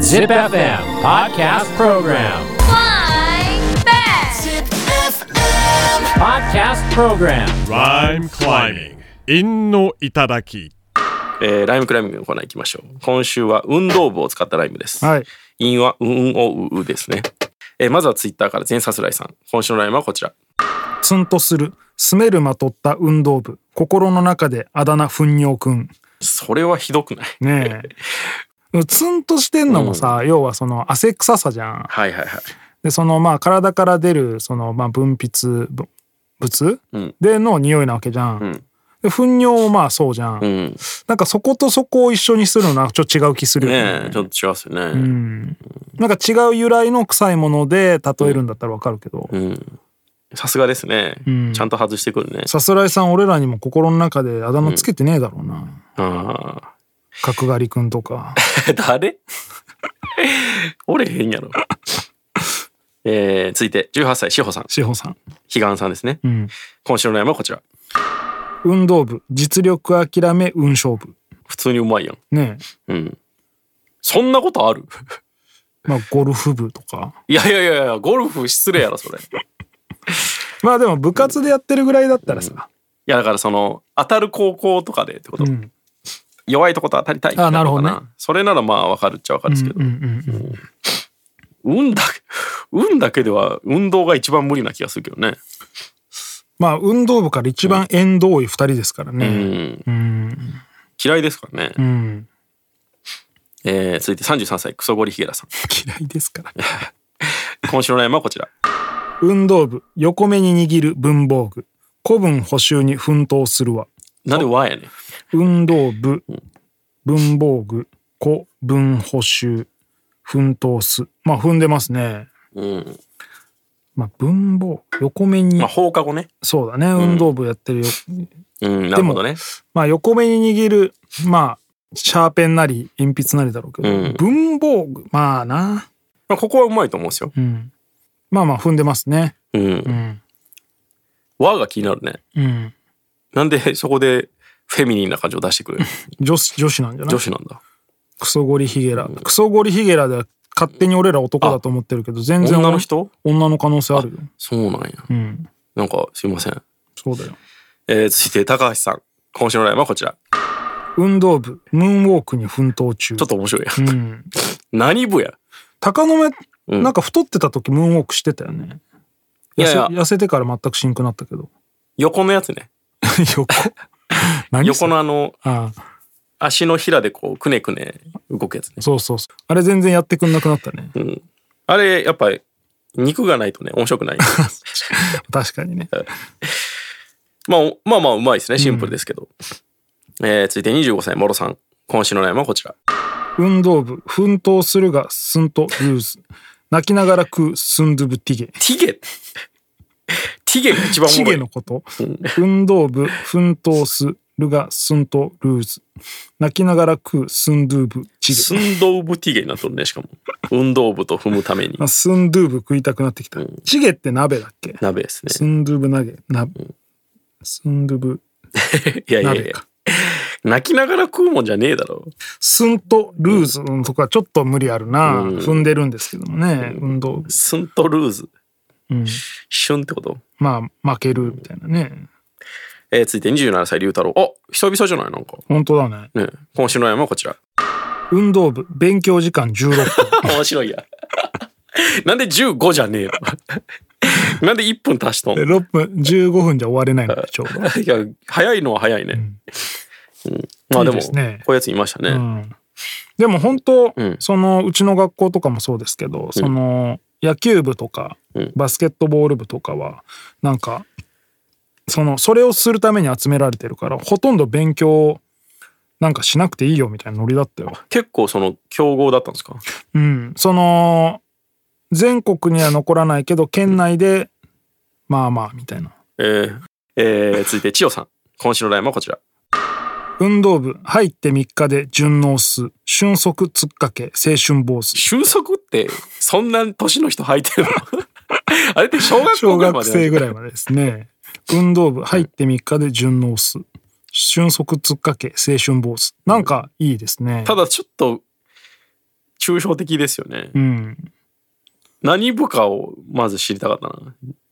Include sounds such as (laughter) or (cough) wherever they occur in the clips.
Zip FM Podcast Program. Flying back. Podcast Program. Rhyme climbing. 陰の頂き。えーライムクライミングのコーナー行きましょう。今週は運動部を使ったライムです。はい。韻はうんうんおううですね。えーまずはツイッターから全さすらいさん。今週のライムはこちら。ツンとする。スメルまとった運動部。心の中であだ名糞尿くん。それはひどくない。(laughs) ねえ。ツンとしてんのもさ、要はその汗臭さじゃん。はいはいはい。で、そのまあ体から出る、そのまあ分泌ぶ物うんでの匂いなわけじゃん。うんで糞尿もまあそうじゃん。うん。なんかそことそこを一緒にするのはちょっと違う気するよねえ、ちょっと違うっすようね。ん。なんか違う由来の臭いもので例えるんだったらわかるけど。うん。さすがですね、うんちゃんと外してくるね。さすらいさん俺らにも心の中であだ名つけてねえだろうな。あ角刈りくんとか。あ。 (laughs) 誰おれへんやろ。えー、続いて18歳、志保さん。志保さん。悲願さんですね。うん。今週のライムはこちら。運動部、実力諦め、運勝部。普通にうまいやん。ねえ。うん。そんなことあるまあ、ゴルフ部とか。いやいやいやいや、ゴルフ失礼やろ、そ (laughs) れ。いまあでも部活でやってるぐらいだったらさ。や、だからその、当たる高校とかでってこと。うん。弱いとこと当たりたいってことかあなるほどね。それならまあ、わかるっちゃわかるんですけどうんう。んうん。運だけ、運だけでは運動が一番無理な気がするけどね。まあ、運動部から一番縁遠い二人ですからうね。ん。うん。嫌いですからね。うん。えー続いて33歳、クソゴリヒゲラさん。嫌いですから。今週の悩みはこちら。運動部、横目に握る文房具。古文補修に奮闘するわ。なんで和やねん。運動部、文房具、古文補修、奮闘す。まあ、踏んでますね。うん。まあ、文房具、横目にまあ、、放課後ね。そうだね、運動部やってるよ。うん、なるほどね。まあ、横目に握る、まあ、シャーペンなり、鉛筆なりだろうけど、うん文房具、まあな。まあ、ここはうまいと思うんですよ。うん。まあまあ、踏んでますね。う。うんん。和が気になるね。うん。なんでそこでフェミニンな感じを出してくれるの女子、女子なんじゃない女子なんだ。クソゴリヒゲラ。クソゴリヒゲラでは勝手に俺ら男だと思ってるけど、全然女の人女の可能性あるよ。そうなんや。うん。なんかすいません。そうだよ。えー、続いて高橋さん。今週のライブはこちら。運動部、ムーンウォークに奮闘中。ちょっと面白いや。うん。 (laughs) 何部や高野目、うんなんか太ってた時ムーンウォークしてたよね。いやいや痩せ痩せてから全くしんくなったけど。 (laughs) 横のやつね。 (laughs) 横何横それのあの、あ足のひらでこう、くねくね動くやつねあ。そうそうそうあれ全然やってくんなくなったねうん。あれ、やっぱり、肉がないとね、面白く (laughs) ない。確かにねまあ、おまあまあ、うまいですね。シンプルですけど。えー、続いて25歳、もろさん。今週のライブはこちら。運動部奮闘するがスンとルーズ泣きながら食うスンドゥブティゲティゲ。 (laughs) ティゲが一番おチもろゲい。のこと運動部奮闘するがスンとルーズ泣きながら食うスンドゥブチゲ寸胴部ティゲになっとるね、しかも。運動部と踏むため (laughs) にあ。スンドゥブ食いたくなってきた、チゲって鍋だっけ鍋ですね。スンドゥブ鍋なスンドゥブいやいやい鍋やか。泣きながら食うもんじゃねえだろ。スンとルーズのとこはちょっと無理あるな、うん踏んでるんですけどもね、運動部、スンとルーズ。うん、シュンってこと。まあ負けるみたいなねえー、続いて27歳、龍太郎。あ久々じゃないなんか。本当だねね今週の山はこち (laughs) ら。運動部勉強時間16分面白いや。 (laughs) なんで15じゃねえよ。 (laughs) なんで1分足しとんの (laughs) 6分15分じゃ終われないのでちょうど、いや、早いのは早いね。んうんまあでもいいですねこういうやついましたね。うん、でも本当、うんそのうちの学校とかもそうですけどその野球部とかうんバスケットボール部とかはなんかそのそれをするために集められてるからほとんど勉強なんかしなくていいよみたいなノリだったよ結構その強豪だったんですかうん、その全国には残らないけど県内でまあまあみたいなえーえー続いて千代さん。今週のラインはこちら。運動部入って3日で順応す瞬足突っかけ青春坊主収束ってそんな年の人履いてるの (laughs) あれって小学校小ぐらいまで学生ぐらいまでですね運動部入って3日で順応す瞬足突っかけ、青春坊主。なんかいいですね。ただちょっと、抽象的ですよね。うん。何部かをまず知りたかった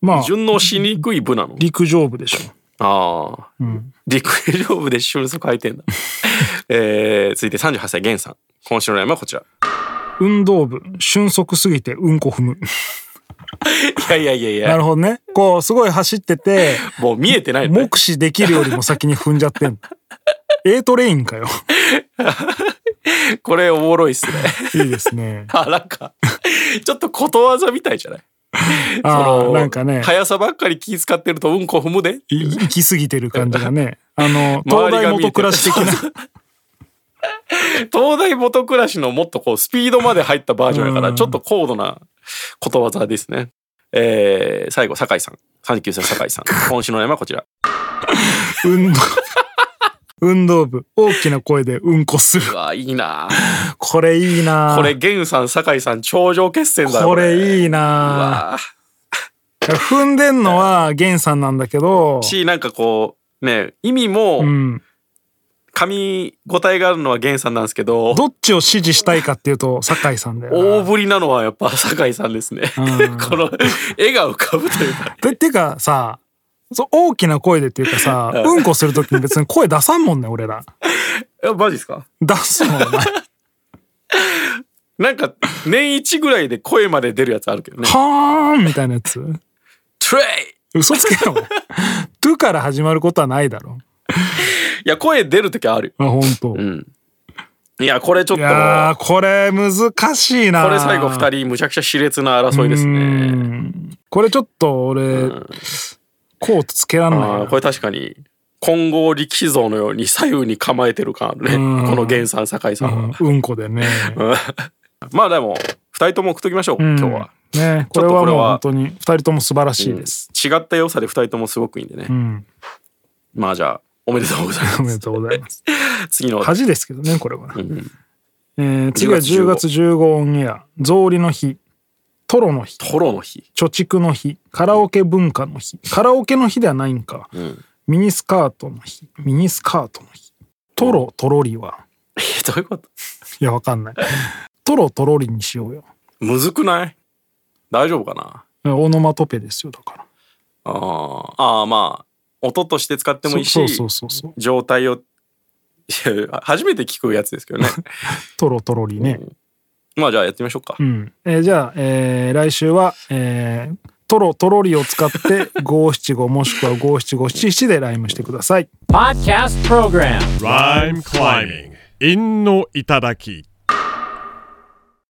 まな。あ、順応しにくい部なの陸上部でしょ。ああ。うん。陸上部で瞬足履いてんだ。 (laughs) えー、続いて38歳、源さん。今週の山はこちら。運動部、瞬足すぎてうんこ踏む。いやいやいやいなや、るほどね。こう、すごい走っ (laughs) てて、もう見えてないのね。目視できるよりも先に踏んじゃって (laughs) んの。A トレインかよ。これおもろいっすね。 (laughs) いいですね。あ、なんか、ちょっとことわざみたいじゃないあ (laughs) そあ、のなんかね、速さばっかり気使ってるとうんこ踏むで。い行き過ぎてる感じ (laughs) がね。あの、周東り大が見えてる元暮らし的な。東大元暮らしのもっとこうスピードまで入ったバージョンやかうら、んちょっと高度なことわざですね。えー、最後、酒井さん。39歳酒井 (laughs) さん。今週の山はこちら。(laughs) 運動運動部大きな声でうんこするうわ、いいなこれいいなこれ、源さん、酒井さん、頂上決戦だよ。これいいうなわ踏んでんのは源さんなんだけどし、なんかこう、ね、意味も、うん、噛み応えがあるのは源さんなんですけど、どっちを支持したいかっていうと酒井さんだ大よなぶりなのはやっぱ酒井さんですね。うんこの、絵が浮かぶというか。でっていうかさそう大きな声でっていうかさうんこする時に別に声出さんもんね俺らえ、マジですか出 (laughs) すもんお前なんか、年一ぐらいで声まで出るやつあるけどね。はーんみたいなやつトレイ嘘つけ (laughs) よ「トゥ」から始まることはないだろいや、声出るときあるよ。あ本当、ういん。いや、これちょっと、やーこれ難しいなこれ最後二人、むちゃくちゃ熾烈な争いですうね。んこれちょっと俺、んコートつけらんないなああ、これ確かに、混合力士像のように左右に構えてる感あるね。うんこの源さん、酒井さんは。うんうんこでね。 (laughs) まあでも、二人とも送っときましょう、うん今日は。ねこれちょっとはこれもうは本当に2人とも素晴らしいです。違った良さで二人ともすごくいいんでね。うん。まあじゃあ、おめでとうございます。 (laughs) おめでとうございます。次の、恥ですけどね、これは。んえー次は10 10月月15オンエア、草履の日、トロの日、トロの日。貯蓄の日、カラオケ文化の日、カラオケの日ではないんか、んミニスカートの日、ミニスカートの日、トロトロリは、え、どういうこといや、わか (laughs) んない。トロトロリにしようよ。むずくない大丈夫かなオノマトペですよ、だから。あーあー、まあ、音として使ってもいいし、そうそうそうそう。状態を、いや初めて聞くやつですけどね。トロトロリね。まあじゃあやってみましょうかう。ん。えーじゃあ、えー来週は、えートロトロリを使って五七五もしくは五七五七七でライムしてください。 Podcast Program. Rhyme climbing. 陰の頂き。